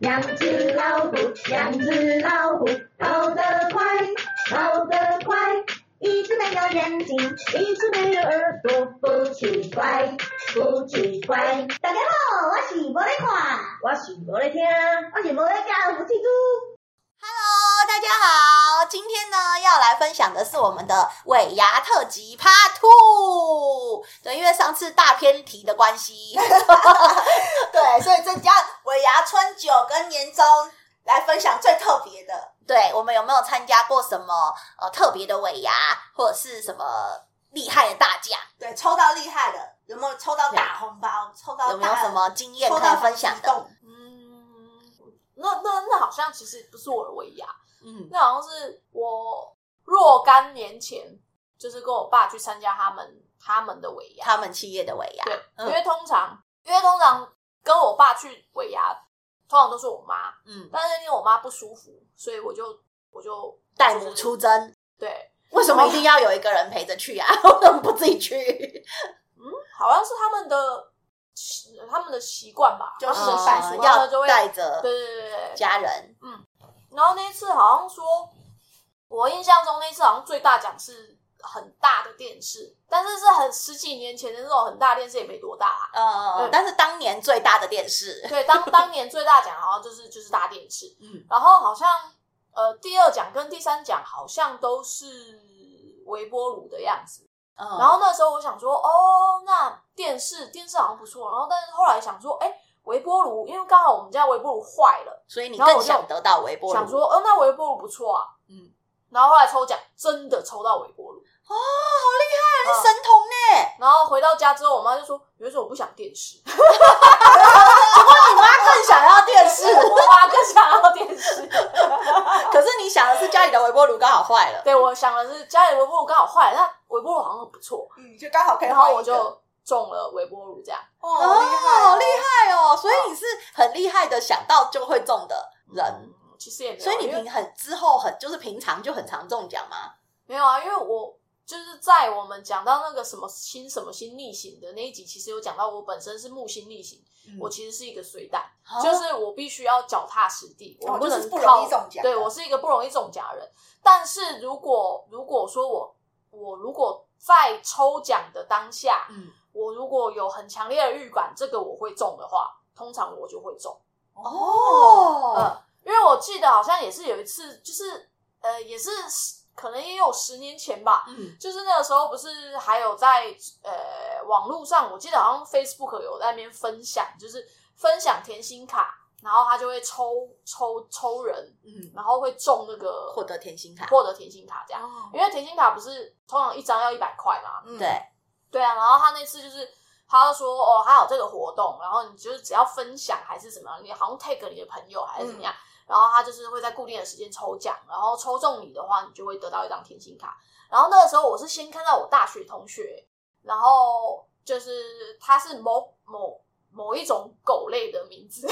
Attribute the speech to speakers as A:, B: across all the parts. A: 两只老虎，两只老虎，跑得快，跑得快。一只没有眼睛，一只没有耳朵，不奇怪，不奇怪。
B: 大家好，我是无咧看，
A: 我是无咧听，
B: 我是无咧教，不是猪。
C: Hello，大家好，今天呢要来分享的是我们的尾牙特辑 Part Two。对，因为上次大偏题的关 系，
D: 对，所以增加尾牙、春酒跟年终来分享最特别的。
C: 对我们有没有参加过什么呃特别的尾牙，或者是什么厉害的大奖？
D: 对，抽到厉害的，有没有抽到大红包？抽到大
C: 有没有什么经验
D: 抽
C: 可
D: 到
C: 以分享
D: 很激
C: 的？
D: 动？
E: 嗯，那那那好像其实不是我的尾牙，
C: 嗯，
E: 那好像是我若干年前就是跟我爸去参加他们他们的尾牙，
C: 他们企业的尾牙，
E: 对，
C: 嗯
E: 因为通常因为通常跟我爸去尾牙，通常都是我妈，
C: 嗯，
E: 但是因为我妈不舒服，所以我就我就
C: 带母出征，
E: 对，
C: 为什么一定要有一个人陪着去啊？为什么不自己去？
E: 好像是他们的习他们的习惯吧，
D: 就是
E: 他们的习
C: 呃
E: 俗，然后就
C: 要
E: 会
C: 带
E: 对
C: 着
E: 对对对对，
C: 家人，
E: 然后那一次好像说，我印象中那一次好像最大奖是很大的电视，但是是很十几年前的那种很大电视也没多大啦。
C: 呃
E: 嗯，
C: 但是当年最大的电视，
E: 对，当 当年最大奖好像就是就是大电视，
C: 嗯，
E: 然后好像呃第二奖跟第三奖好像都是微波炉的样子。然
C: 然
E: 后那时候我想说，哦，那电视电视好像不错，然后但是后来想说，哎，微波炉，因为刚好我们家微波炉坏了。
C: 所以你
E: 然后
C: 更
E: 我就
C: 想得到微波炉，
E: 想说，哦，那微波炉不错啊，
C: 嗯
E: 嗯，然后后来抽奖，真的抽到微波炉，
C: 哎神童呢？
E: 然后回到家之后，我妈就说，有一种我不想电视，
C: 你妈更想要电视，
E: 我妈更想要电视，
C: 可是你想的是家里的微波炉刚好坏了，
E: 对我想的是家里微波炉刚好坏了，那微波炉好像不错，
D: 嗯，就刚好可以
E: 然
D: 换一
E: 后
D: 个。
E: 我就中了微波炉这样，
D: 哦，好厉害哦，
C: 好厉害哦！所以你是很厉害的，想到就会中的人，
E: 嗯，其实也没有，
C: 所以你
E: 因为
C: 平很之后很就是平常就很常中奖嘛。
E: 没有啊，因为我。就是在我们讲到那个什么星什么星逆行的那一集，其实有讲到我本身是木星逆行，
C: 嗯
E: 我其实是一个水胆，嗯就是我必须要脚踏实地，
D: 哦
E: 我不
D: 就是
E: 能
D: 不
E: 靠
D: 容易中奖的
E: 对我是一个不容易中奖的人，但是如果如果说我我如果在抽奖的当下，
C: 嗯
E: 我如果有很强烈的预感，这个我会中的话，通常我就会中。
C: 哦，
E: 呃，因为我记得好像也是有一次，就是呃，也是可能也有十年前吧，
C: 嗯
E: 就是那个时候不是还有在呃网络上，我记得好像 Facebook 有在那边分享，就是分享甜心卡，然后他就会抽抽抽人，
C: 嗯，
E: 然后会中那个
C: 获得甜心卡，
E: 获得甜心卡这样，
D: 哦
E: 因为甜心卡不是通常一张要一百块嘛，
D: 嗯
C: 对，
E: 对啊，然后他那次就是。他就说哦，他有这个活动，然后你就是只要分享还是怎么样，你好像 tag 你的朋友还是怎么样，然后他就是会在固定的时间抽奖，然后抽中你的话，你就会得到一张甜心卡。然后那个时候我是先看到我大学同学，然后就是他是某某某一种狗类的名字，
C: 嗯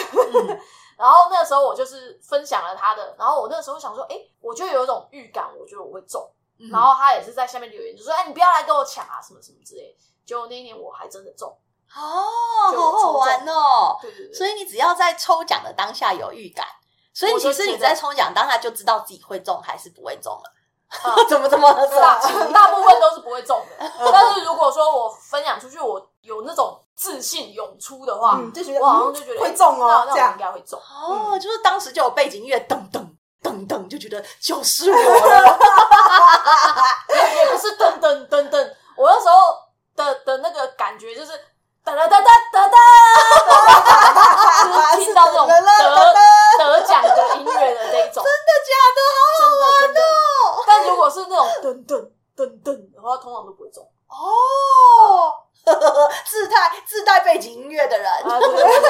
E: 然后那个时候我就是分享了他的，然后我那个时候想说，哎，我就有一种预感，我觉得我会中。
C: 嗯
E: 然后他也是在下面留言，就说：“哎，你不要来跟我抢啊，什么什么之类。”结果那一年我还真的中，
C: 哦，
E: 就
C: 好好玩哦。
E: 对对对，
C: 所
E: 以
C: 以你只要在抽奖的当下有预感，所以
E: 我
C: 其
E: 就
C: 实你
E: 觉得
C: 在抽奖当下就知道自己会中还是不会中了。
D: 嗯
E: 啊
C: 怎么这么
E: 大
C: 神奇？
E: 大部分都是不会中的。但是如果说我分享出去，我有那种自信涌出的话，
D: 嗯，就觉得
E: 我好
D: 嗯
E: 像就觉得哎
D: 会中
E: 那
D: 哦，
E: 那
D: 这
E: 我应
D: 样
E: 该会中。
C: 哦，
E: 嗯
C: 就是当时就有背景音乐，噔噔噔噔，就觉得 就是我了。
E: 也不是噔噔噔噔，我那时候的的那个感觉就是哒哒哒哒哒哒，就是听到这 种得得奖的音乐的那一种，真的假的？好好玩哦！但如果是那种噔噔噔噔的话，通常都不会中。
C: 哦， 自带自带背景音乐的人
E: 啊， 对对对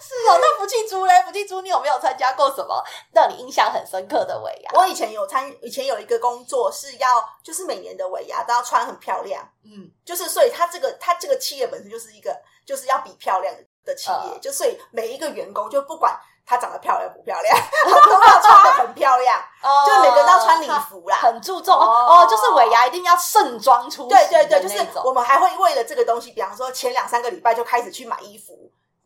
C: 是哦。那福气猪嘞？福气猪，你有没有参加过什么 让你印象很深刻的尾牙？
D: 我以前有参，以前有一个工作是要，就是每年的尾牙都要穿很漂亮，
C: 嗯，
D: 就是所以他这个他这个企业本身就是一个就是要比漂亮的企业，
C: 嗯
D: 就所以每一个员工就不管他长得漂亮不漂 亮，都要穿的很漂亮，
C: 哦
D: 就每个人都要穿 礼服啦。
C: 很注重哦
E: 哦
C: 就是尾牙一定要盛装出席
D: 对对对，
C: 的
D: 就是
C: 那种
D: 我们还会为了这个东西，比方说前两三个礼拜就开始去买衣服，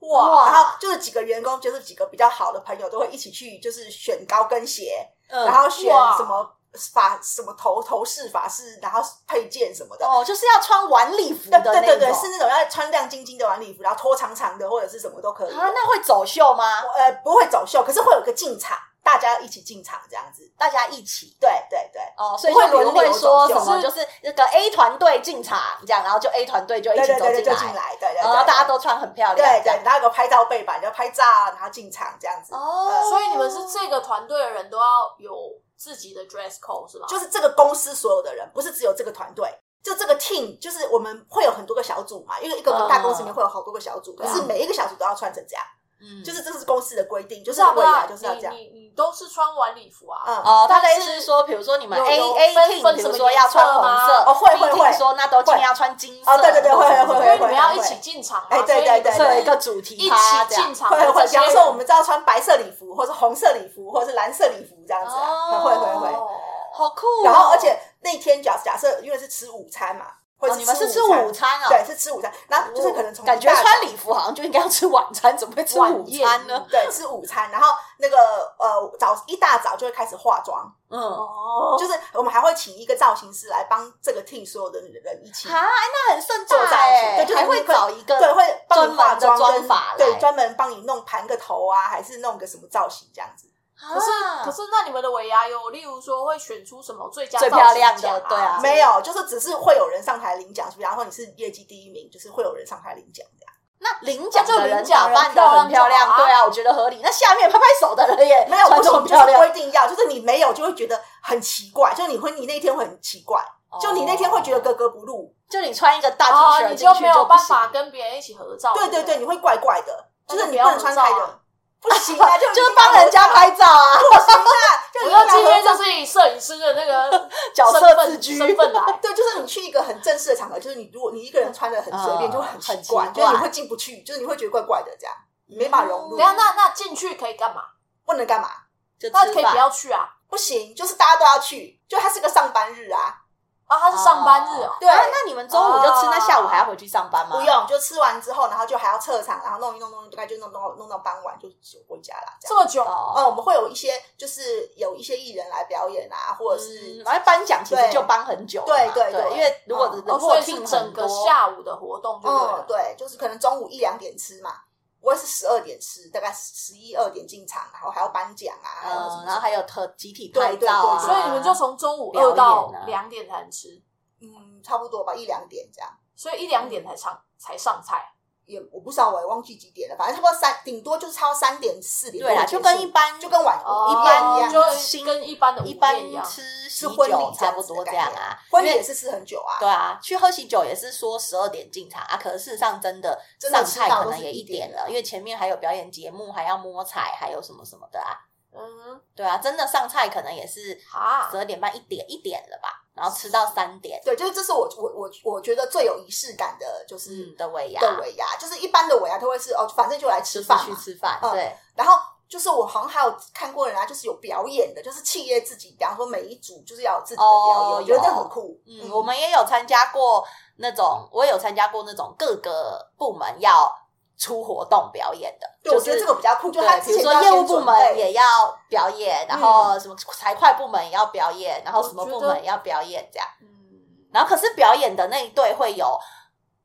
C: 哇
D: 然后就是几个员工，就是几个比较好的朋友，都会一起去，就是选高跟鞋，
C: 嗯
D: 然后选
E: 哇
D: 什么法什么头头饰、法式，然后配件什么的。
C: 哦，就是要穿晚礼服的
D: 对
C: 那种。
D: 对对对，是那种要穿亮晶晶的晚礼服，然后拖长长的或者是什么都可以。
C: 啊，那会走秀吗？
D: 呃不会走秀，可是会有个进场，大家一起进场这样子。
C: 大家一起
D: 对对对，
C: 哦，所以
D: 不会
C: 就不
D: 轮流
C: 会说什
D: 走秀
C: 么，就是那个 A 团队进场这样，然后就 A 团队就一
D: 对
C: 起
D: 对
C: 走
D: 对对，
C: 进
D: 就进
C: 来，
D: 来，对对对，
C: 然后大家都穿很漂亮，
D: 对
C: 这样
D: 对，然后有个拍照背板，就拍照，然后进场这样子。
C: 哦，
E: 所以你们是这个团队的人都要有自己的 dress code 是吗？
D: 就是这个公司所有的人，不是只有这个团队，就这个 team，就是我们会有很多个小组嘛，因为一个
C: 嗯
D: 大公司里面会有好多个小组，可
E: 对啊
D: 是每一个小组都要穿成这样，
C: 嗯
D: 就是这是公司的规定，就是
E: 是啊，
D: 未
E: 对啊
D: 来就是要这样
E: 你。你你都是穿晚礼服啊？
D: 嗯，
C: 哦，他的
E: 但
C: 意
E: 是
C: 思是说，比如说你们
E: 有
C: A
E: 有
C: A
E: 分
C: team，
E: 分
C: 比
E: 什
C: 如
E: 么
C: 说
E: 颜
C: 要
E: 色
C: 穿红
E: 吗
C: 色，
D: 哦会会
C: B team
D: 会
C: 说那都尽量穿金色，
D: 哦对对对会会
E: 因
D: 会
E: 为你
D: 会
E: 们要一起
D: 会
E: 进场嘛，啊
D: 哎对
E: 所以
D: 对
E: 你们
D: 对
E: 是
C: 设一个主题
E: 一
C: 趴
E: 起
C: 这样
E: 进。场
D: 会
E: 的
D: 会会，
E: 这
D: 比
E: 些
D: 方
E: 人，
D: 说我们知道穿白色礼服，或是红色礼服，或是蓝色礼服这样子啊，会会会。
E: 哦
C: 好酷哦！
D: 然后而且那天假假设因为是吃午餐嘛，或者
C: 哦你们是吃
D: 午
C: 午
D: 餐，
C: 餐啊？
D: 对，是吃午餐，然后就是可能从
C: 感觉
D: 一大早
C: 穿礼服好像就应该要吃晚餐，怎么会吃午餐呢？
D: 对，吃午餐，然后那个呃早一大早就会开始化妆，
C: 嗯，
E: 哦，
D: 就是我们还会请一个造型师来帮这个 team 所有的人一起
C: 哈，那很盛
D: 做
C: 大
D: 造型，
C: 哎
D: 对，，就是
C: 还会
D: 你可
C: 找一个
D: 对会帮你化
C: 专门的妆
D: 跟
C: 法来
D: 对，专门帮你弄盘个头啊，还是弄个什么造型这样子。
C: 啊
E: 可是可是那你们的尾牙有，例如说会选出什么最佳
C: 最
E: 造
C: 漂
E: 型
C: 亮的
E: 奖
C: 对啊
E: 啊，
D: 没有，就是只是会有人上台领奖，比方说你是业绩第一名，就是会有人上台领奖这样。
C: 那领奖的
E: 那就
C: 人
E: 领奖
C: 打
E: 人
C: 扮的很漂
E: 漂亮就
C: 亮，
E: 好啊
C: 对啊，我觉得合理。那下面拍拍手的人也
D: 没有，
C: 穿
D: 不
C: 这么
D: 行，就
C: 漂
D: 是
C: 亮，
D: 规定要，就是你没有就会觉得很奇怪，就是你会你那天会很奇怪，
C: 哦
D: 就你那天会觉得格格不入。
C: 就你穿一个大 T
E: 哦，
C: 恤
E: 你
C: 进去
E: 没
C: 不
E: 有办
C: 行，
E: 法跟别人一起合
C: 哦
E: 照。
D: 对对
E: 对
D: 对，你会怪怪的，
E: 那
D: 就
E: 就是
D: 你
E: 不
D: 不
E: 要
D: 能穿
E: 合照
D: 太
E: 啊
D: 的，不行啊，就
C: 就是帮人家拍照啊，
D: 就
E: 我要今天
D: 你要合照。
E: 就是以摄影师的那个
C: 角色
E: 身份
C: 自居
E: 身份来，
D: 对，就是你去一个很正式的场合，就是你如果你一个人穿的很随便，
C: 嗯
D: 就会很
C: 很
D: 奇
C: 奇
D: 怪，就是
C: 怪嗯啊
D: 你会进不去，就是你会觉得怪怪的这样，没法融入
E: 等一，下，那那进去可以干嘛？
D: 不能干嘛？
C: 就
E: 那
C: 吃
E: 可以
C: 饭
E: 不要去啊？
D: 不行，就是大家都要去，就它是个上班日啊。
E: 啊，他是上班日哦。
D: 对，哦
C: 啊那你们中午就吃，
E: 哦
C: 那下午还要回去上班吗？
D: 不用，就吃完之后，然后就还要撤场，然后弄一弄弄一弄，大概就弄弄弄到傍晚就回家啦。这
E: 这
D: 样，
E: 么久，
D: 哦，
C: 哦，
D: 我们会有一些就是有一些艺人来表演啊，或者是
C: 嗯反正颁奖其实
D: 对
C: 就颁很久了
D: 对
C: 嘛，
D: 对
C: 对
D: 对
C: 因为如果
D: 嗯
C: 如
E: 哦，
C: 果
E: 所以是
C: team
E: 整
C: 很
E: 个
C: 多，
E: 下午的活动，对不对
D: 嗯
E: 了？，
D: 对，就是可能中午一两点吃嘛，我也是十二点吃，大概十一二点进场，然后还要颁奖啊，还有什
C: 嗯，
D: 么
C: 然后还有特集体拍
D: 对对
C: 照啊，
D: 对
E: 所以你们就从中午
C: 表演
E: 饿到
C: 啊
E: 两点才能吃，
D: 嗯，差不多吧，一两点这样。
E: 所以一两点才上才上菜。
D: 也我不知道，我也忘记几点了，反正差不多三，顶多就是超三点四点多
C: 对啦，啊
D: 结
C: 就
D: 束
C: 跟一般
D: 就跟晚
E: 哦
D: 一般一样，
E: 就
C: 新
E: 跟一般的
C: 一
E: 午
C: 般
E: 宴一样。
C: 吃喜
D: 是婚礼
C: 酒
D: 这
C: 差
D: 样
C: 不
D: 子
C: 多
D: 的
C: 这
D: 概
C: 样
D: 念
C: 啊，
D: 婚礼
C: 因为
D: 也是吃很久啊，
C: 对啊，去喝喜酒也是说十二点进场啊，可是事实上真的
D: 真
C: 上
D: 的
C: 菜
D: 吃到
C: 可
D: 都
C: 能
D: 是
C: 也
D: 一
C: 一点
D: 点
C: 了，因为前面还有表演节目，还要摸彩，还有什么什么的啊。
E: 嗯，
C: 对啊，真的上菜可能也是
E: 啊
C: 十，二点半一点一点了吧，然后吃到三点，
D: 对，就是这是我我我我觉得最有仪式感的，就是
C: 嗯的尾牙，
D: 的尾牙，就是一般的尾牙都会是哦，反正就来
C: 就
D: 吃
C: 是
D: 饭
C: 去
D: 嘛，
C: 吃饭，
D: 嗯
C: 对，
D: 然后。就是我好像还有看过人家，就是有表演的，就是企业自己，比方说每一组就是要有自己的表
C: 哦
D: 演，我觉得
C: 有
D: 很酷。
C: 嗯，我们也有参加过那种，我也有参加过那种各个部门要出活动表演的，
D: 对
C: 就
D: 我觉得
C: 是
D: 这个比较酷，就
C: 对
D: 他
C: 比如说
D: 前面
C: 业
D: 要
C: 务
D: 先
C: 部
D: 准
C: 门
D: 备嗯
C: 也要表演，然后什么财会部门也要表演，然后什么
E: 我觉
C: 部
E: 得
C: 门也要表演这样。
E: 嗯，
C: 然后可是表演的那一队会有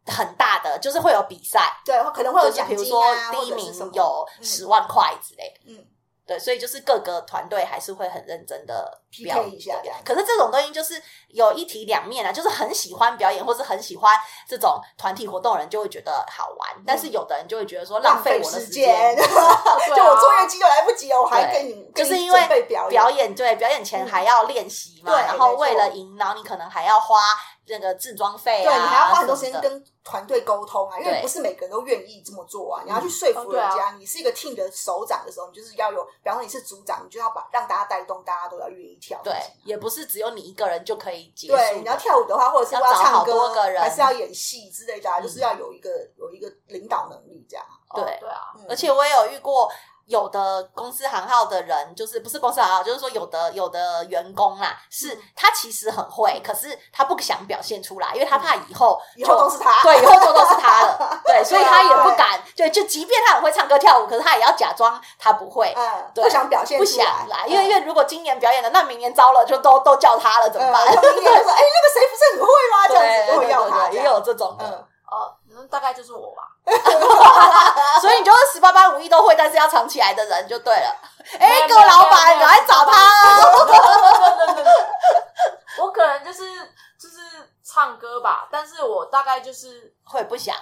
C: 很大的，就是会有比赛，
D: 对，可能会有
C: 就是
D: 奖
C: 比
D: 金
C: 如说
D: 啊，
C: 第一
D: 或者是什
C: 名
D: 么
C: 有
D: 嗯
C: 十万块之类的。
D: 嗯
C: 对，所以就是各个团队还是会很认真的
D: PK 一下这样
C: 可是这种东西就是有一体两面啊，就是很喜欢表演或是很喜欢这种团体活动的人就会觉得好玩，但是有的人就会觉得说浪费我的
D: 嗯时
C: 时间。
E: 对啊
D: 就我坐月机都来不及了，我还跟你
C: 就
D: 跟
C: 是
D: 你
C: 因为
D: 准备表演嗯
C: 表演啊对表演前还要练习嘛，
D: 对
C: 然后
D: 没错
C: 为了赢，然后你可能还要花那个制装费啊，
D: 对你还要花很多时
C: 什
D: 间
C: 么的
D: 跟团队沟通啊，因
C: 对嗯
D: 为不是每个人都愿意这么做啊。你要去说服人
E: 哦对
D: 家，你是一个 team 的首长的时候，你就是要有，比方说你是组长，你就要把让大家带动，大家都要愿意跳。
C: 对，也不是只有你一个人就可以结束的。
D: 对，你要跳舞的话，或者是
C: 要
D: 我要
C: 找好
D: 唱
C: 多个
D: 歌，
C: 人
D: 还是要演戏之类的啊，就是
C: 嗯
D: 要有一个有一个领导能力这样啊。
E: 哦
C: 对
E: 对啊，
D: 嗯
C: 而且我也有遇过有的公司行号的人，就是不是公司行号，就是说有的有的员工啦，
D: 嗯
C: 是他其实很会，可是他不想表现出来，因为他怕以后
D: 嗯以后
C: 就
D: 都是他啊
C: 对，以后就都是他了，对，所以他也不敢，对，就即便他很会唱歌跳舞，可是他也要假装他不会，
D: 嗯，
C: 对
D: 不想表现
C: 不
D: 出
C: 想
E: 啊
D: 来，
C: 啦，
D: 嗯
C: 因为因为如果今年表演了，那明年糟了，就都都叫他了，怎么办？
D: 嗯就明年就说，哎，那个谁不是很会吗？这样 子
C: 对
D: 就
C: 对
D: 会要他
C: 对，
D: 这
C: 也
D: 样，
C: 有这种的，
D: 嗯，
E: 哦，那大概就是我吧。
C: 啊所以你就是十八般武艺都会，但是要藏起来的人就对了。
E: 没
C: 哎，
E: 有
C: 各位老板，
E: 没有没有
C: 赶快找他哦！
E: 我可能就是就是唱歌吧，但是我大概就是
C: 会不想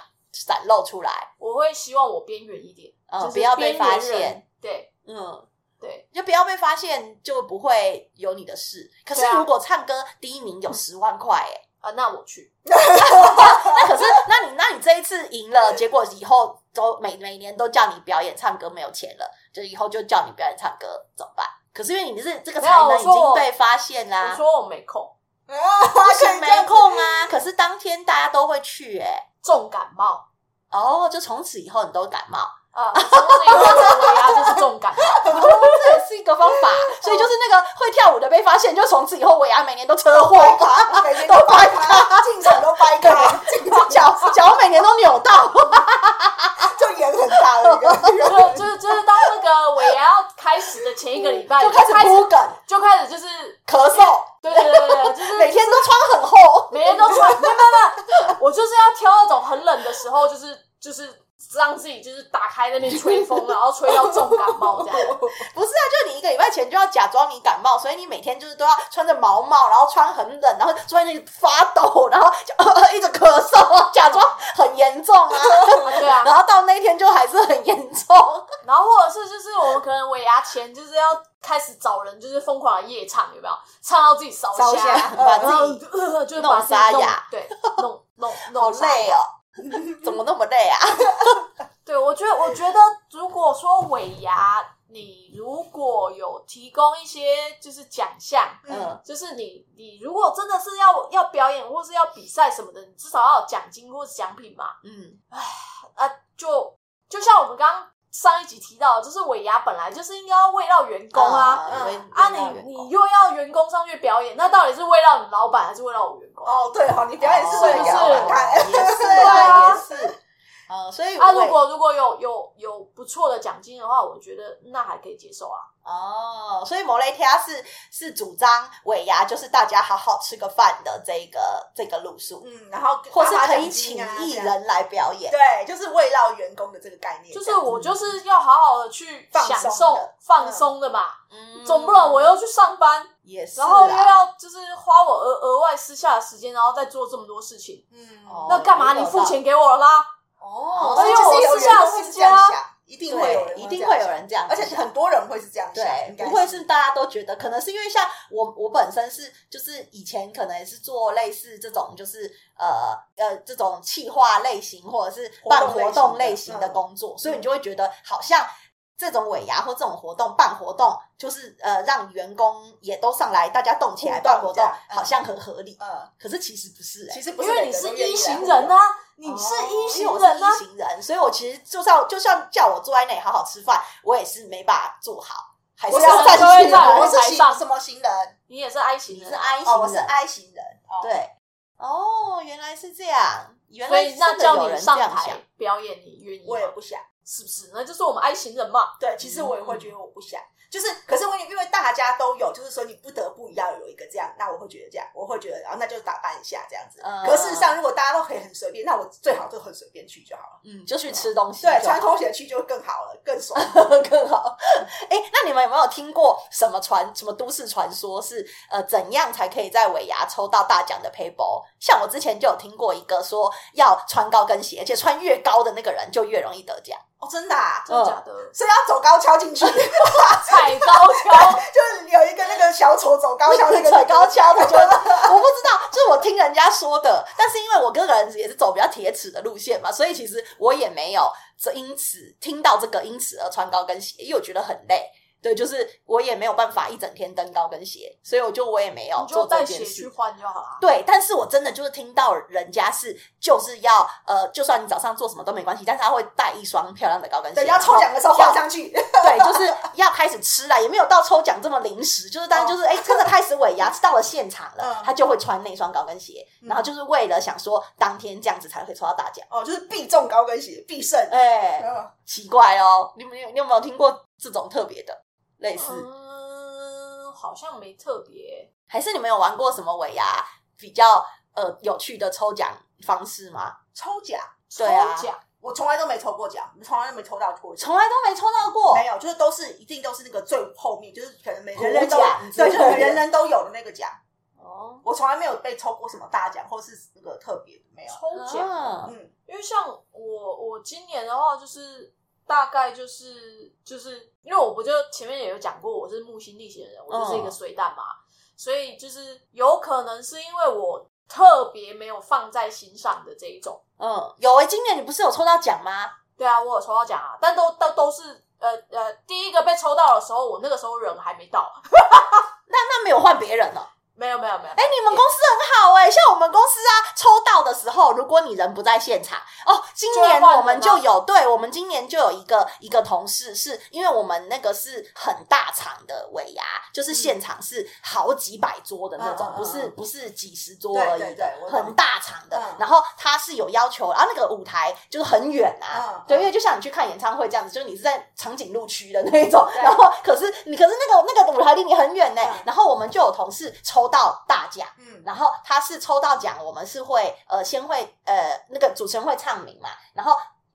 C: 展露出来，
E: 我会希望我边缘一点，
C: 嗯
E: 就是
C: 不要被发
E: 边缘人
C: 现。
E: 对
C: 嗯，
E: 对，
C: 就不要被发现，就不会有你的事。可是
E: 对啊
C: 如果唱歌第一名有十万块，哎，
E: 啊，那我去。
C: 那可是那你那你这一次赢了，结果以后都每每年都叫你表演唱歌，没有钱了，就以后就叫你表演唱歌，怎么办？可是因为你是这个才
E: 没有我
C: 能已
E: 说
C: 经
E: 我
C: 被发现
E: 我
C: 啦，
E: 说我没空，
D: 呃
C: 不
D: 不
C: 行没空啊。可是当天大家都会去、哎。
E: 重感冒
C: 哦，就从此以后你都感冒，
E: 啊，从此以后我的尾牙就是重感冒。
C: 这也是一个方 法。所以就是那个会跳舞的被发现，就从此以后尾牙每年都车祸，
D: 他，每天都掰他，进场都掰他，进场
C: 脚脚每年都扭到。
D: 就眼很大的一个。
E: 就就是就是当那个尾牙要开始的前一个礼拜，
C: 就开始铺梗、
E: 就开始就是，
C: 咳嗽，
E: 对对对对，对就是
C: 每天都穿很厚。
E: 每天都穿，没有没有没有，我就是要挑那种很冷的时候，就是就是让自己就是打开那边吹风，然后吹到重感冒这样。
C: 不是啊，就你一个礼拜前就要假装你感冒，所以你每天就是都要穿着毛毛，然后穿很冷，然后坐在那里发抖，然后就、呃一直咳嗽，假装很严重 啊。
E: 对啊，
C: 然后到那一天就还是很严重。啊
E: 然后或者是就是我们可能尾牙前就是要开始找人，就是疯狂的夜唱，有没有？唱到自己烧
D: 烧瞎
C: 把
E: 把
C: 自
E: 自己呃就是把
C: 弄
E: 自己弄
C: 沙哑，
E: 对，弄弄
C: 好
E: 弄沙
C: 累
E: 哑。
D: 啊
C: 哦， 怎么那么累啊？
E: 对，我觉得，我觉得，如果说尾牙，你如果有提供一些就是奖项，
C: 嗯，
E: 就是你你如果真的是要要表演或是要比赛什么的，你至少要有奖金或是奖品嘛。
C: 嗯，
E: 啊，就就像我们刚刚上一集提到的，就是尾牙本来就是应该要慰劳员工啊，
D: 嗯
C: 为
E: 啊
C: 为了
E: 你
C: 员工
E: 你又要员工上去表演，那到底是慰劳你老板还是慰劳我员工？
D: 哦，对哈，你表演是为了
E: 是
D: 要看，
C: 也是
E: 啊
C: 啊，也 是。呃，所以
E: 啊，
C: 我
E: 如果如果有有有不错的奖金的话，我觉得那还可以接受啊。
C: 哦，所以摩雷提亚是是主张尾牙就是大家好好吃个饭的这一个这个路数，
D: 嗯，然后
C: 或是
D: 发
C: 可
D: 奖
C: 以请
D: 金啊
C: 艺
D: 这样
C: 人来表演。
D: 对，就是慰劳员工的这个概念，
E: 就是
D: 这样子
E: 我就是要好好的去
D: 放松
E: 享受
D: 的
E: 放松的嘛，
C: 嗯
E: 总不能我又去上班，
C: 也是
E: 然
D: 啊
E: 后又
C: 啦。
E: 要就是花我额额外私下的时间，然后再做这么多事情，
D: 嗯
C: 哦
E: 那干嘛你付钱给我了啦？
D: 哦
E: 所以
D: 就是
E: 我
D: 有
E: 私
D: 员
E: 下
D: 工会
E: 私
D: 是这样
E: 家
D: 想，一定会有
C: 对
D: 人，
C: 一
D: 这
C: 定
D: 样
C: 会有
D: 想，
C: 人这样想，
D: 而且很多人会是这样想，
C: 对
D: 应，该
C: 不会是大家都觉得，可能是因为像我，我本身是就是以前可能也是做类似这种，就是呃呃这种企划类型或者是办活动类型的工作，所以你就会觉得好像这种尾牙或这种活动办活动，就是呃让员工也都上来，大家动起来
D: 互动
C: 办活
D: 这
C: 动
D: 样，嗯
C: 好像很合理。
D: 嗯，
C: 可是其实不是、欸，
D: 其实不
E: 因
D: 是
E: 为
D: 每
E: 你
D: 个人
E: 是
D: 都愿意
E: 一
D: 来
E: 行
D: 互
E: 人
D: 动
E: 呐、啊，你是一
C: 哦因为
E: 行
C: 我是
E: 人呐、啊
C: 一行人，所以我其实就算就算叫我坐在那里好好吃饭，我也是没办法做好，还是
D: 我是
C: 要站
E: 站起来
C: 起
E: 在
C: 来
E: 我
D: 我
E: 们。
D: 是
E: 台
D: 行
E: 上
D: 什么行人？
E: 你也是 I 型
C: 你
E: 人啊
C: 是 I 型
D: 哦，
C: 人，
D: 我是 I 型人，哦，
C: 对，哦，原来是这样，原
E: 所
C: 来
E: 以那
C: 真的
E: 叫
C: 有人啊
E: 你
C: 这
E: 上
C: 样想
E: 台。表演，你愿意
D: 我也
E: 吗？
D: 不想。
E: 是不是？那就是我们 I 型人嘛。
D: 对，其实我也会觉得我不想，就是可是我因为大家都有，就是说你不得不要有一个这样，那我会觉得这样，我会觉得，然后那就打扮一下这样子。
C: 嗯
D: 可是事实上，如果大家都可以很随便，那我最好就很随便去就好了。
C: 嗯，就去吃东西就好，
D: 对，穿拖鞋去就嗯更好了，更爽。
C: 更好。哎、那你们有没有听过什么传什么都市传说是呃怎样才可以在尾牙抽到大奖的 p a p e 像我之前就有听过一个说要穿高跟鞋，而且穿越高的那个人就越容易得奖。
D: 哦，真的、啊，
E: 真的假 的？
D: 所以要走高跷进去，
E: 踩高跷，
D: 就是有一个那个小丑走高跷，那个
C: 踩高跷的就会，我不知道，就是我听人家说的。但是因为我个人也是走比较铁齿的路线嘛，所以其实我也没有这因此听到这个因此而穿高跟鞋，因为我觉得很累。对，就是我也没有办法一整天蹬高跟鞋，所以我就我也没有
E: 你就
C: 做这
E: 带
C: 件
E: 血
C: 事
E: 去。换就好了。
C: 对，但是我真的就是听到人家是就是要呃，就算你早上做什么都没关系，但是他会带一双漂亮的高跟鞋，
D: 对，要抽奖的时候
C: 然后
D: 画上去，
C: 对，就是要开始吃了，也没有到抽奖这么临时，就是当然就是哎、真的开始尾牙，到了现场了
D: 哦嗯，
C: 他就会穿那双高跟鞋，
D: 嗯
C: 然后就是为了想说当天这样子才会抽到大奖。
D: 哦，就是必中高跟鞋，必胜。
C: 哎、
D: 嗯
C: 奇怪哦，你们有你有没有听过这种特别的类似？
E: 嗯，好像没特别。
C: 还是你们有玩过什么尾牙比较呃有趣的抽奖方式吗？
D: 抽奖，
C: 对啊
E: 抽奖
D: 我从来都没抽过奖，从来都没抽到过奖。
C: 从来都没抽到过
D: 没。有，就是都是一定都是那个最后面，就是可能每
C: 普
D: 人人都
C: 奖之
D: 对，
C: 类
D: 就
C: 的
D: 是人人都有的那个奖。
E: 哦，
D: 我从来没有被抽过什么大奖，或是那个特别的没有。
E: 抽奖，
C: 啊，
D: 嗯，
E: 因为像我我今年的话，就是大概就是就是因为我不就前面也有讲过，我是木星逆行的人，我就是一个水蛋嘛，所以就是有可能是因为我特别没有放在心上的这一种。
C: 嗯，有哎、今年你不是有抽到奖吗？
E: 对啊，我有抽到奖啊，但都都都是呃呃，第一个被抽到的时候，我那个时候人还没到，
C: 那那没有换别人哦。
E: 没有没有没有，
C: 哎、你们公司很好哎、像我们公司啊，抽到的时候，如果你人不在现场哦，今
E: 就会
C: 年
E: 换
D: 啊
E: 人
C: 我们就有，对我们今年就有一个一个同事是，因为我们那个是很大场的尾牙，就是现场是好几百桌的那种，
D: 嗯嗯嗯
C: 不是
D: 嗯
C: 不是几十桌而已的，
D: 对对对我懂
C: 很大场的。
D: 嗯
C: 然后他是有要求，然后那个舞台就是很远啊，
D: 嗯
C: 对，
D: 嗯
C: 因为就像你去看演唱会这样子，就是你是在长颈鹿区的那种，
D: 对
C: 然后可是你可是那个那个舞台离你很远呢、
D: 嗯
C: 然后我们就有同事抽到大奖。
D: 嗯，
C: 然后他是抽到奖，我们是会呃先会呃那个主持人会唱名嘛，然后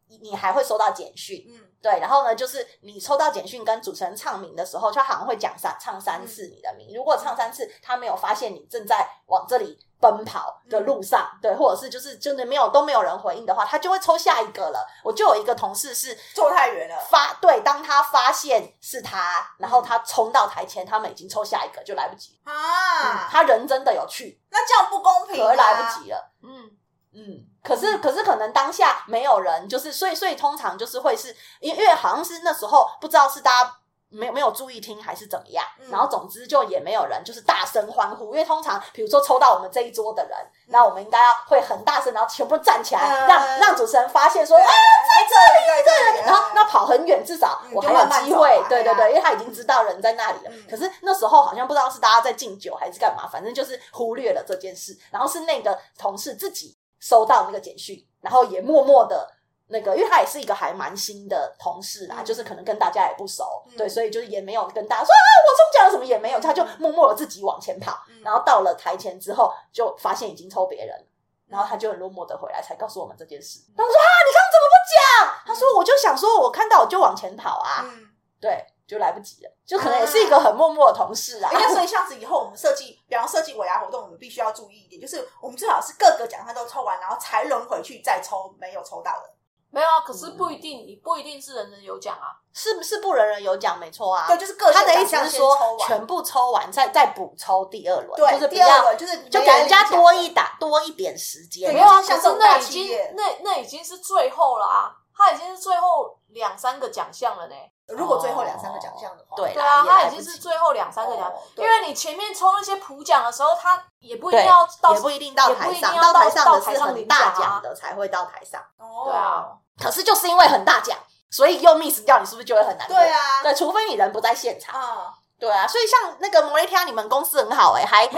C: 你你还会收到简讯，
D: 嗯，
C: 对，然后呢就是你抽到简讯跟主持人唱名的时候，他好像会讲三唱三次你的名，如果唱三次他没有发现你正在往这里奔跑的路上，对，或者是就是真的没有都没有人回应的话，他就会抽下一个了。我就有一个同事是
D: 坐太远了。
C: 发对，当他发现是他，然后他冲到台前，他们已经抽下一个就来不及了，嗯
D: 啊，
C: 他人真的有去，
D: 那这样不公平、啊，
C: 可是来不及了。
E: 嗯，
C: 嗯，可是可是可能当下没有人，就是所以所以通常就是会是因为因为好像是那时候不知道是大家。没有没有注意听还是怎么样，
D: 嗯
C: 然后总之就也没有人就是大声欢呼，因为通常比如说抽到我们这一桌的人，那我们应该要会很大声，然后全部站起来，
D: 嗯
C: 让让主持人发现说，
D: 对，
C: 哎，
D: 在这里，在这里。
C: 然后那跑很远，至少
D: 嗯
C: 我
D: 就
C: 还有
D: 慢慢
C: 机
D: 走
C: 会
D: 嘛，
C: 对对
D: 对啊
C: 对，因为他已经知道人在那里了
D: 嗯。
C: 可是那时候好像不知道是大家在敬酒还是干嘛，反正就是忽略了这件事。然后是那个同事自己收到那个简讯，然后也默默的。那个，因为他也是一个还蛮新的同事啦，
D: 嗯
C: 就是可能跟大家也不熟，
D: 嗯
C: 对，所以就是也没有跟大家说啊，我中奖了什么也没有，他就默默的自己往前跑，
D: 嗯
C: 然后到了台前之后，就发现已经抽别人了，然后他就很落寞的回来，才告诉我们这件事。然后我说啊，你刚刚怎么不讲？他说我就想说，我看到我就往前跑啊，
D: 嗯，
C: 对，就来不及了，就可能也是一个很默默的同事啊
D: 哎，。那所以像子以后我们设计，比方设计尾牙活动，我们必须要注意一点，就是我们最好是各个奖项都抽完，然后才轮回去再抽没有抽到的。
E: 没有啊，可是不一定，你不一定是人人有奖啊，
C: 是不是不人人有奖？没错啊
D: 对，。就是各
C: 他
D: 项
C: 的意
D: 奖
C: 思
D: 项
C: 是
D: 先
C: 说
D: 抽，完。
C: 全部抽完再再补抽第二轮，就是
D: 对，
C: 不
D: 第二
C: 要
D: 轮就是
C: 就
D: 没
C: 给人家
D: 领奖
C: 多一打多一点时间
D: 对
E: 没有。啊，
D: 像
E: 可是
D: 这种大
E: 那已
D: 企
E: 经
D: 业
E: 那那已经是最后了啊，他已经是最后两三个奖项了呢。
D: 如果最后两三个奖项的话，
C: 对
E: 对
C: 啦，
E: 啊，
C: 也来
E: 他
C: 不
E: 已经是
C: 及
E: 最后两三个
C: 啊
E: 奖
D: 哦，
E: 因
D: 对
E: 为你前面抽那些普奖的时候，他也不一定
C: 对
E: 要到
C: 也不一定到
E: 也不
C: 台
E: 一定
C: 上，
E: 要到
C: 台上
E: 到
C: 的
E: 台
C: 是
E: 上
C: 很
E: 领
C: 大
E: 奖啊
C: 奖的才会到台上。
D: 哦
E: 对啊，
C: 可是就是因为很大奖，所以又 miss 掉，你是不是就会很难过？
D: 对，啊，
C: 对，除非你人不在现场。
D: 啊，
C: 对啊，所以像那个摩雷天，你们公司很好哎、还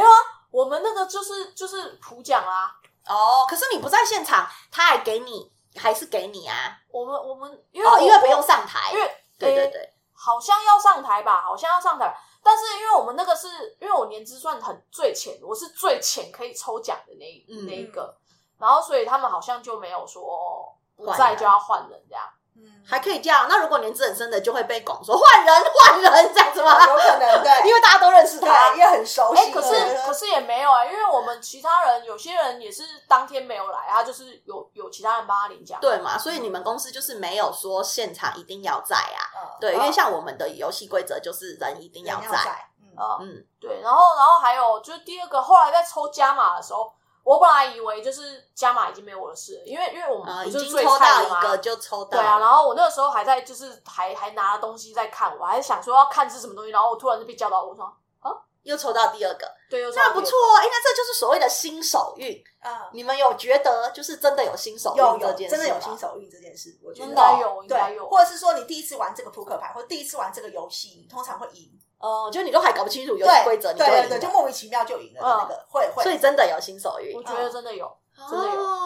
E: 我们那个就是就是普奖啊啦。
C: 哦，可是你不在现场，他还给你，还是给你啊？
E: 我们我们因为
C: 哦，因为
E: 我
C: 不用上台，
E: 因为
C: 对对
E: 诶
C: 对，
E: 好像要上台吧，好像要上台，但是因为我们那个是因为我年资算很最浅，我是最浅可以抽奖的那一、
C: 嗯
E: 那一个，然后所以他们好像就没有说不
C: 换
E: 在
C: 人
E: 就要换人这样。
D: 嗯，
C: 还可以这样。那如果年资很深的，就会被拱说换人换人这样子吗？ 啊
D: 有可能对，
C: 因为大家都认识他
D: 对，。也很熟
C: 嗯
E: 哎、
D: 悉。
E: 可是
D: 对
E: 可是也没有哎、因为我们其他人有些人也是当天没有来，他就是有有其他人帮他领奖。
C: 对嘛，所以你们公司就是没有说现场一定要在啊，
D: 嗯
C: 对，因
E: 哦
C: 为像我们的游戏规则就是人一定要
D: 人
C: 在，
D: 嗯
E: 呃，
C: 嗯，
E: 对，然后然后还有就是第二个，后来在抽加码的时候，我本来以为就是加码已经没有我的事了，因为因为我
C: 呃，
E: 们
C: 已
E: 不是
C: 经
E: 最
C: 抽
E: 菜
C: 到
E: 的嘛
C: 一个就抽
E: 对啊，
C: 到，
E: 然后我那个时候还在，就是还还拿了东西在看，我还想说要看是什么东西，然后我突然就被叫到，我说啊
C: 又抽到第二个，
E: 对，又
C: 那不错哦。哎，那这就是所谓的新手运。
D: 啊，
C: 你们有觉得就是真的有新手
D: 有
C: 运这
D: 有
C: 件事
D: 真的有
C: 吗
D: 新手运这件事，我觉
E: 应
D: 得
E: 该有，应该
D: 对，
E: 有。
D: 或者是说你第一次玩这个扑克牌，或第一次玩这个游戏，你通常会赢。
C: 哦，就你都还搞不清楚游戏
D: 对
C: 规则，你
D: 对对
C: 赢
D: 对，就
C: 了，
D: 莫名其妙就赢了的嗯那个，会会。
C: 所以真的有新手运
E: 我。觉得真的有，真的有。
C: 哦，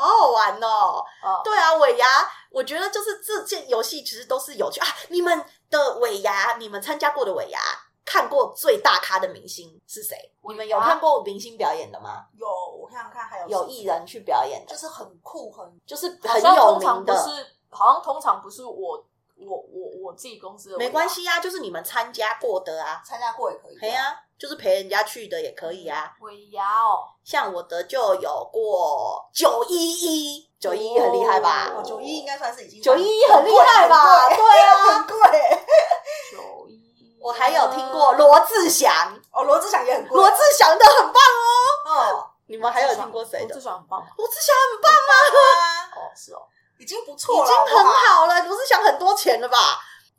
C: 好好玩哦！
E: 啊，
C: 对啊，尾牙，我觉得就是这件游戏其实都是有趣啊。你们的尾牙，你们参加过的尾牙，看过最大咖的明星是谁？你们有看过明星表演的吗？
D: 有，我想想看，还有
C: 有艺人去表演
D: 就
C: 的，
D: 是很酷很
C: 就是
E: 好
C: 很
E: 像
C: 有
E: 通常
C: 名
E: 不
C: 的。
E: 是，好像通常不是我我我我自己公司的，
C: 没关。系啊，就是你们参加过的啊，
D: 参加过也可以。
C: 陪，啊，就是陪人家去的也可以啊。
E: 尾牙哦，
C: 像我的就有过九一一，九一一很厉害吧？
D: 哦，九一应该算是已经
C: 九一一很厉害吧？对
D: 很贵
C: 啊，
D: 很贵。
E: 九 一，啊
C: 我还有听过罗志祥，
D: 哦，罗志祥也很贵。
C: 罗志祥的很棒哦。
D: 哦，
C: 你们还有听过谁
E: 罗
C: 的
E: 志？祥哦很棒吗？
C: 罗志祥很棒，
D: 啊
E: 哦，是哦，
D: 已经不错
C: 已
D: 了，
C: 经
D: 好不
C: 很
D: 好
C: 好了。罗志祥很多钱了吧？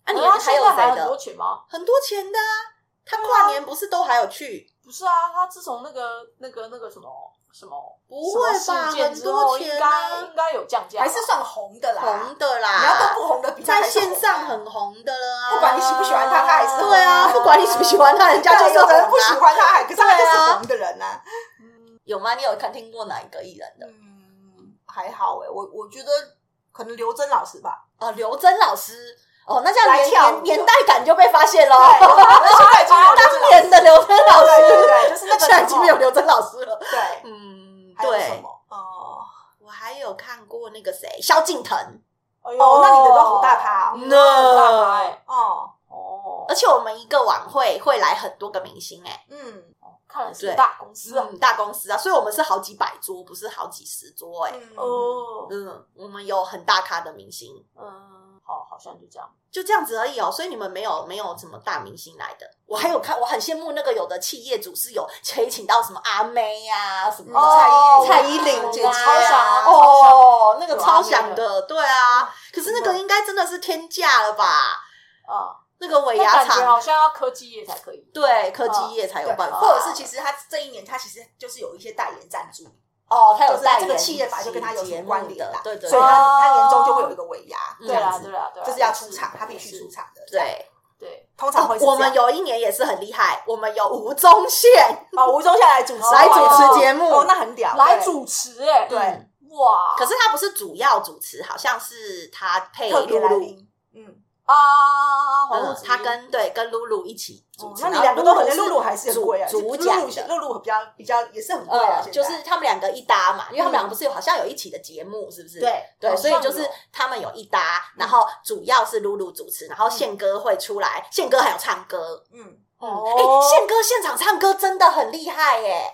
C: 啊，你们
E: 他
C: 还
E: 现
C: 有
E: 在还
C: 谁
E: 很多
C: 的？
E: 钱吗？
C: 很多钱的啊！他跨年不是都还有去？
E: 不是啊，他自从那个那个那个什么什么
C: 不会吧
E: 什么事件之
C: 很
E: 后，
C: 多
E: 应
C: 钱啊
E: 该应该有降价吧，
D: 还是算红的啦。
C: 红的
D: 你要跟
C: 啦，
D: 不红的比，
C: 在
D: 那还是
C: 线
D: 红
C: 上很红的了啊。
D: 不管你喜不喜欢他他还是红
C: 对啊，不管你喜不喜欢他，人家就是
D: 对有
C: 红
D: 的人不喜
C: 啊。
D: 欢他，还可是他就
C: 对
D: 是
C: 啊
D: 红的人呐。
C: 有吗？你有看听过哪一个艺人的？
D: 嗯，还好哎，我我觉得可能刘真老师吧，
C: 哦，刘真老师。哦，那这样
D: 来
C: 年
D: 跳舞
C: 年年代感就被发现喽。
D: 对，现在已经有刘真
C: 哦当
D: 老
C: 年的刘真老
D: 对对
C: 师，
D: 对，就是那个
C: 现在已
D: 时
C: 经
D: 候
C: 没有刘真老师了。
D: 对，
C: 嗯，
D: 还有什
C: 对。
D: 么？哦
C: 我还有看过那个谁，萧敬腾，
E: 哎呦
D: 哦，那你的都好大咖哦
E: 嗯很大咖欸
D: 哦，
E: 哦
C: 而，且我们一个晚会会来很多个明星、哎，
D: 嗯
E: 看来是
C: 对
E: 大公司
C: 是
E: 啊，
C: 很大公司啊，所以我们是好几百桌，不是好几十桌、哎，
D: 嗯
E: 哦，
C: 嗯，我们有很大咖的明星，
E: 嗯，好，好像就这样，
C: 就这样子而已哦，所以你们没有没有什么大明星来的，我还有看，我很羡慕那个有的企业主是有可以请到什么阿妹呀、什么
D: 哦
C: 蔡
D: 依
C: 依
D: 林
C: 林
D: 姐
C: 啊
D: 姐
E: 超想
C: 哦，那个
E: 有阿
C: 超
E: 妹
C: 想
E: 的
C: 的，对啊，可是那个应该真的是天价了吧？
E: 啊，
C: 那个尾
E: 那
C: 牙
E: 感觉
C: 厂
E: 好像要科技业才可以，
C: 对科技业才有
D: 对，
C: 办法，
D: 或者是其实他这一年他其实就是有一些代言赞助，
C: 哦，他有
D: 就是
C: 代
D: 这
C: 言
D: 个企业法就跟他有什么关联
C: 节目
D: 啦
C: 的，对对
D: 所以
C: 对
D: 他
E: 哦
D: 他年终就会有一个尾牙，
C: 嗯
E: 对
D: 这样
E: 啦，
D: 子
E: 对啦，对啦，啊
D: 啊就是要哦出场，
E: 也
D: 他必须
E: 是
D: 出，场的，这样，
C: 对。哦
E: 对，
D: 通常会是这
C: 我
D: 样
C: 们有一年也是很厉害，我们有吴宗宪，
D: 哦，吴宗宪来主持
C: 来主持节目
D: 哦，那很屌，
E: 来
D: 对
E: 主持，哎，
D: 对
C: 嗯
E: 哇，
C: 可是他不是主要主持，好像是他配
D: 特别
C: 露
D: 来
C: 露，
D: 宾，嗯，
E: 啊，黄
C: 嗯
E: 璐，
C: 他跟对跟露露一起主
D: 哦
C: 持，
D: 那你
C: 然后
D: 两个都很，
C: 是
D: 露露还是很
C: 主
D: 贵啊，
C: 主
D: 露露
C: 讲的。
D: 露露比较比较也是很贵啊，
C: 呃，
D: 现在
C: 就是他们两个一搭嘛，因为他们两
D: 嗯
C: 个不是有好像有一起的节目，是不是？
D: 对
C: 对，
E: 好
C: 所以
E: 像
C: 就是
E: 有
C: 他们有一
D: 嗯
C: 搭，然后主要是露露主持，然后宪哥会出来，宪哥还有唱歌，
D: 嗯，
E: 哦
C: 哎、宪哥现场唱歌真的很厉害耶、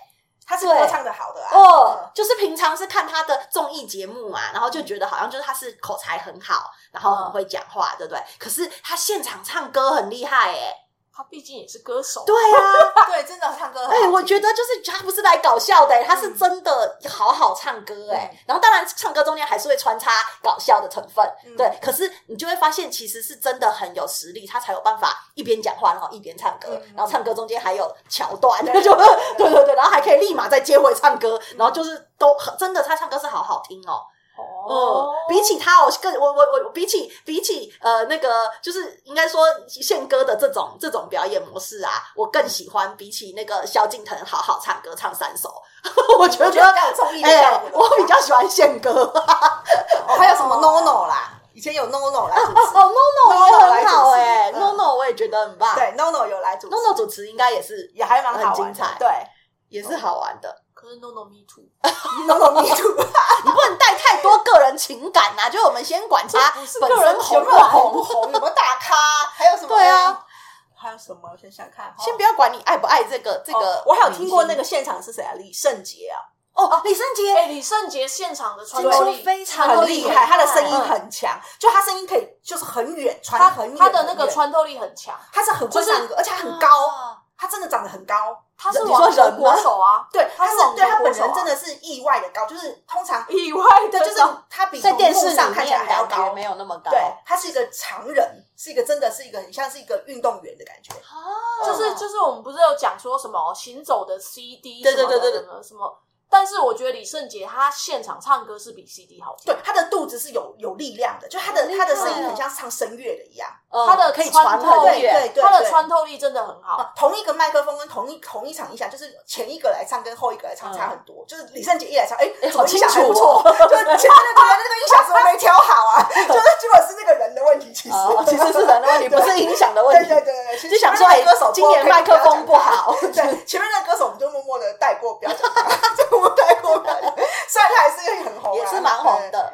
D: 他是
C: 对
D: 歌唱的好的啊，
C: 哦，就是平常是看他的综艺节目嘛，然后就觉得好像就是他是口才很好，然后很会讲话，对不对？可是他现场唱歌很厉害、耶。
E: 他毕竟也是歌手，
C: 对啊，
D: 嗯对，真的唱歌很好
C: 哎、
D: 听，
C: 我觉得就是他不是来搞笑的、他是真的好好唱歌、哎、
D: 嗯
C: 然后当然唱歌中间还是会穿插搞笑的成分，
D: 嗯
C: 对。可是你就会发现，其实是真的很有实力，他才有办法一边讲话，然后一边唱歌，
D: 嗯
C: 然后唱歌中间还有桥段，
D: 对
C: 就
D: 对
C: 对对对，然后还可以立马再接回唱歌，然后就是都很真的，他唱歌是好好听哦。
E: 哦
C: 嗯，，比起他，我更我我我比起比起呃那个，呃就是应该说宪哥的这种这种表演模式啊，我更喜欢比起那个萧敬腾好好唱歌唱三首， 我觉
D: 嗯我觉
C: 得
D: 得比较有综艺的
C: 哎、
D: 效果，
C: 我比较喜欢宪哥。
D: 哦，还有什么 NONO 啦，以前有 NONO 来
C: 哦
D: 主 持，
C: ，NONO 也
D: 哦
C: 很好哎、
D: 来主持
C: n o n o 我也觉得很棒，
D: 对，NONO 有来主持
C: ，NONO 主持应该也是
D: 也还蛮好玩
C: 很精
D: 的，
C: 彩
D: 对
C: 也是好玩 的，
E: 可是 No No Me Too，
D: ，NONO Me Too，
C: 你不能带太多个人情感呐、就我们先管他
D: 不是
C: 本
D: 个人
C: 身红
D: 有
C: 不
D: 没有红不
C: 红，
D: 红，有 没有大咖，还有什么？
C: 对啊，
D: 还有什么？我想想看，
C: 先不
D: 要
C: 要管你爱不爱这个这个、
D: 哦我还有听过那个现场是谁啊？李圣杰啊，
C: 哦，李圣杰。
E: 哎，李圣杰现场的穿
C: 对
E: 透力
C: 非常
E: 穿透
D: 很
E: 力
D: 厉害，他的声音
E: 嗯
D: 很强，就他声音可以就是很远传
E: 他
D: 很远，
E: 他的那个
D: 很远
E: 穿透力很强，
D: 他是很会
E: 就是
D: 唱歌，而且他很高，
C: 啊，
D: 他真的长得很高，
E: 他是
C: 你
E: 网
C: 说
E: 球
C: 人
E: 国
C: 吗
E: 手啊，
D: 对，
E: 他
D: 他
E: 是
D: 是
E: 网球
D: 对他本
E: 国手
D: 人
E: 啊
D: 真的是意外的高，就是通常
E: 意外
D: 对，
E: 的
D: 就是他比
C: 在电
D: 荧幕
C: 视里
D: 上看起来
C: 面
D: 还要
C: 感
D: 高
C: 觉没，有那么高，
D: 对，他是一个常人，是一个真的是一个很像是一个运动员的感觉，
E: 就是
C: 哦
E: 就是我们不是有讲说什么行走的 CD
D: 哦对对
E: 什么的
D: 对对对
E: 什么什么，但是我觉得李圣杰他现场唱歌是比 CD 好听
D: 对，，他的肚子是有有力量的，就他的
C: 有力
D: 他的
C: 量
D: 声音很
C: 哦
D: 像唱声乐的一样，
C: 嗯
E: 他的
C: 可以
E: 穿
C: 传
E: 透
C: 很
D: 对
C: 远，
D: 对对，
E: 他的
D: 对
E: 穿透力真的很好。
D: 啊，同一个麦克风跟同一同一场音响，就是前一个来唱跟后一个来唱
C: 嗯
D: 差很多。就是李圣杰一来唱，哎、
C: 哎
D: 怎么
C: 好
D: 音
C: 清
D: 响还
C: 楚
D: 不
C: 哦
D: 错，就是前面那个人的那个音响怎么没调好 啊？就是结果是那个人的问题，其实、
C: 哦，其实是人的问题，不是音响的
D: 对
C: 问题
D: 对。对对，其实
C: 就想
D: 前
C: 说，
D: 面
C: 哎
D: 那个歌手，
C: 今年麦克风不
D: 不 OK，
C: 好，
D: 不要讲他。 对，前面那个歌手我们就默默的带过，不要讲他， 就我们带过不要讲虽然他还是很红啊，
C: 也是蛮红的。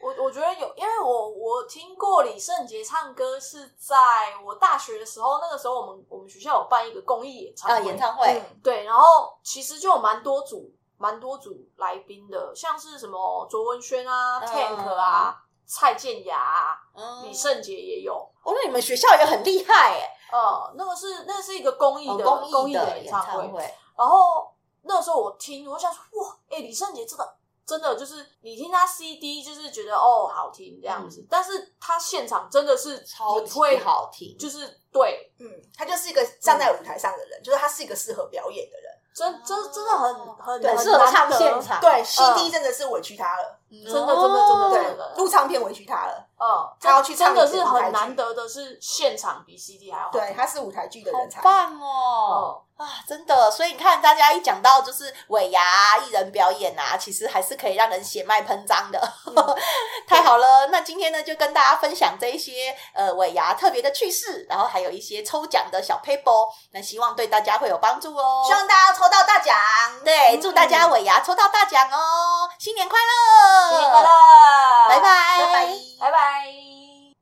E: 我我觉得有，因为我我听过李圣杰唱歌是在我大学的时候，那个时候我们我们学校有办一个公益演唱
C: 啊，
E: 会，
C: 演唱
D: 对。
C: 会，
D: 嗯
E: 对，然后其实就有蛮多组蛮多组来宾的，像是什么卓文萱啊、
C: 嗯
E: Tank 啊、蔡健雅啊、李圣杰也有。
C: 哦，那你们学校也很厉害哎，
E: 呃，那个是那个是一个公益
C: 哦
E: 的、
C: 公益
E: 的
C: 的演
E: 唱
C: 唱会，
E: 然后那时候我听，我想说哇，哎、李圣杰真的真的就是你听他 CD 就是觉得哦好听这样子，但是他现场真的是
C: 嗯超
E: 你
C: 级
E: 会，
C: 好听，
E: 就是对，
D: 嗯，他就是一个站在舞台上的人，就是他是一个适合表演的人。
E: 真真真的很
C: 很
E: 很很
C: 哦适合
E: 难
C: 唱
E: 得
C: 现场，
D: 对，CD
C: 嗯
D: 真的是委屈他了，
C: 真
E: 真的真的真的
D: 对
C: 哦
E: 真的，
D: 录唱片委屈他了。
E: 嗯，
D: 他要去唱
E: 真
D: 一
E: 的
D: 些
E: 是
D: 舞台
E: 很难
D: 剧
E: 得的是现场比 CD 还要好
D: 对，他是舞台剧的
C: 好
D: 人才。
C: 棒哦！
E: 哦，
C: 啊，真的，所以你看，大家一讲到就是尾牙啊、艺人表演啊，其实还是可以让人血脉喷张的， 太好了。那今天呢，就跟大家分享这一些呃尾牙特别的趣事，然后还有一些抽奖的小 paper，那希望对大家会有帮助哦。
D: 希望大家抽到大奖，
C: 对，祝大家尾牙抽嗯到大奖哦！新年快乐，
E: 嗯新年快乐，
C: 拜拜，
D: 拜拜。
E: 拜拜。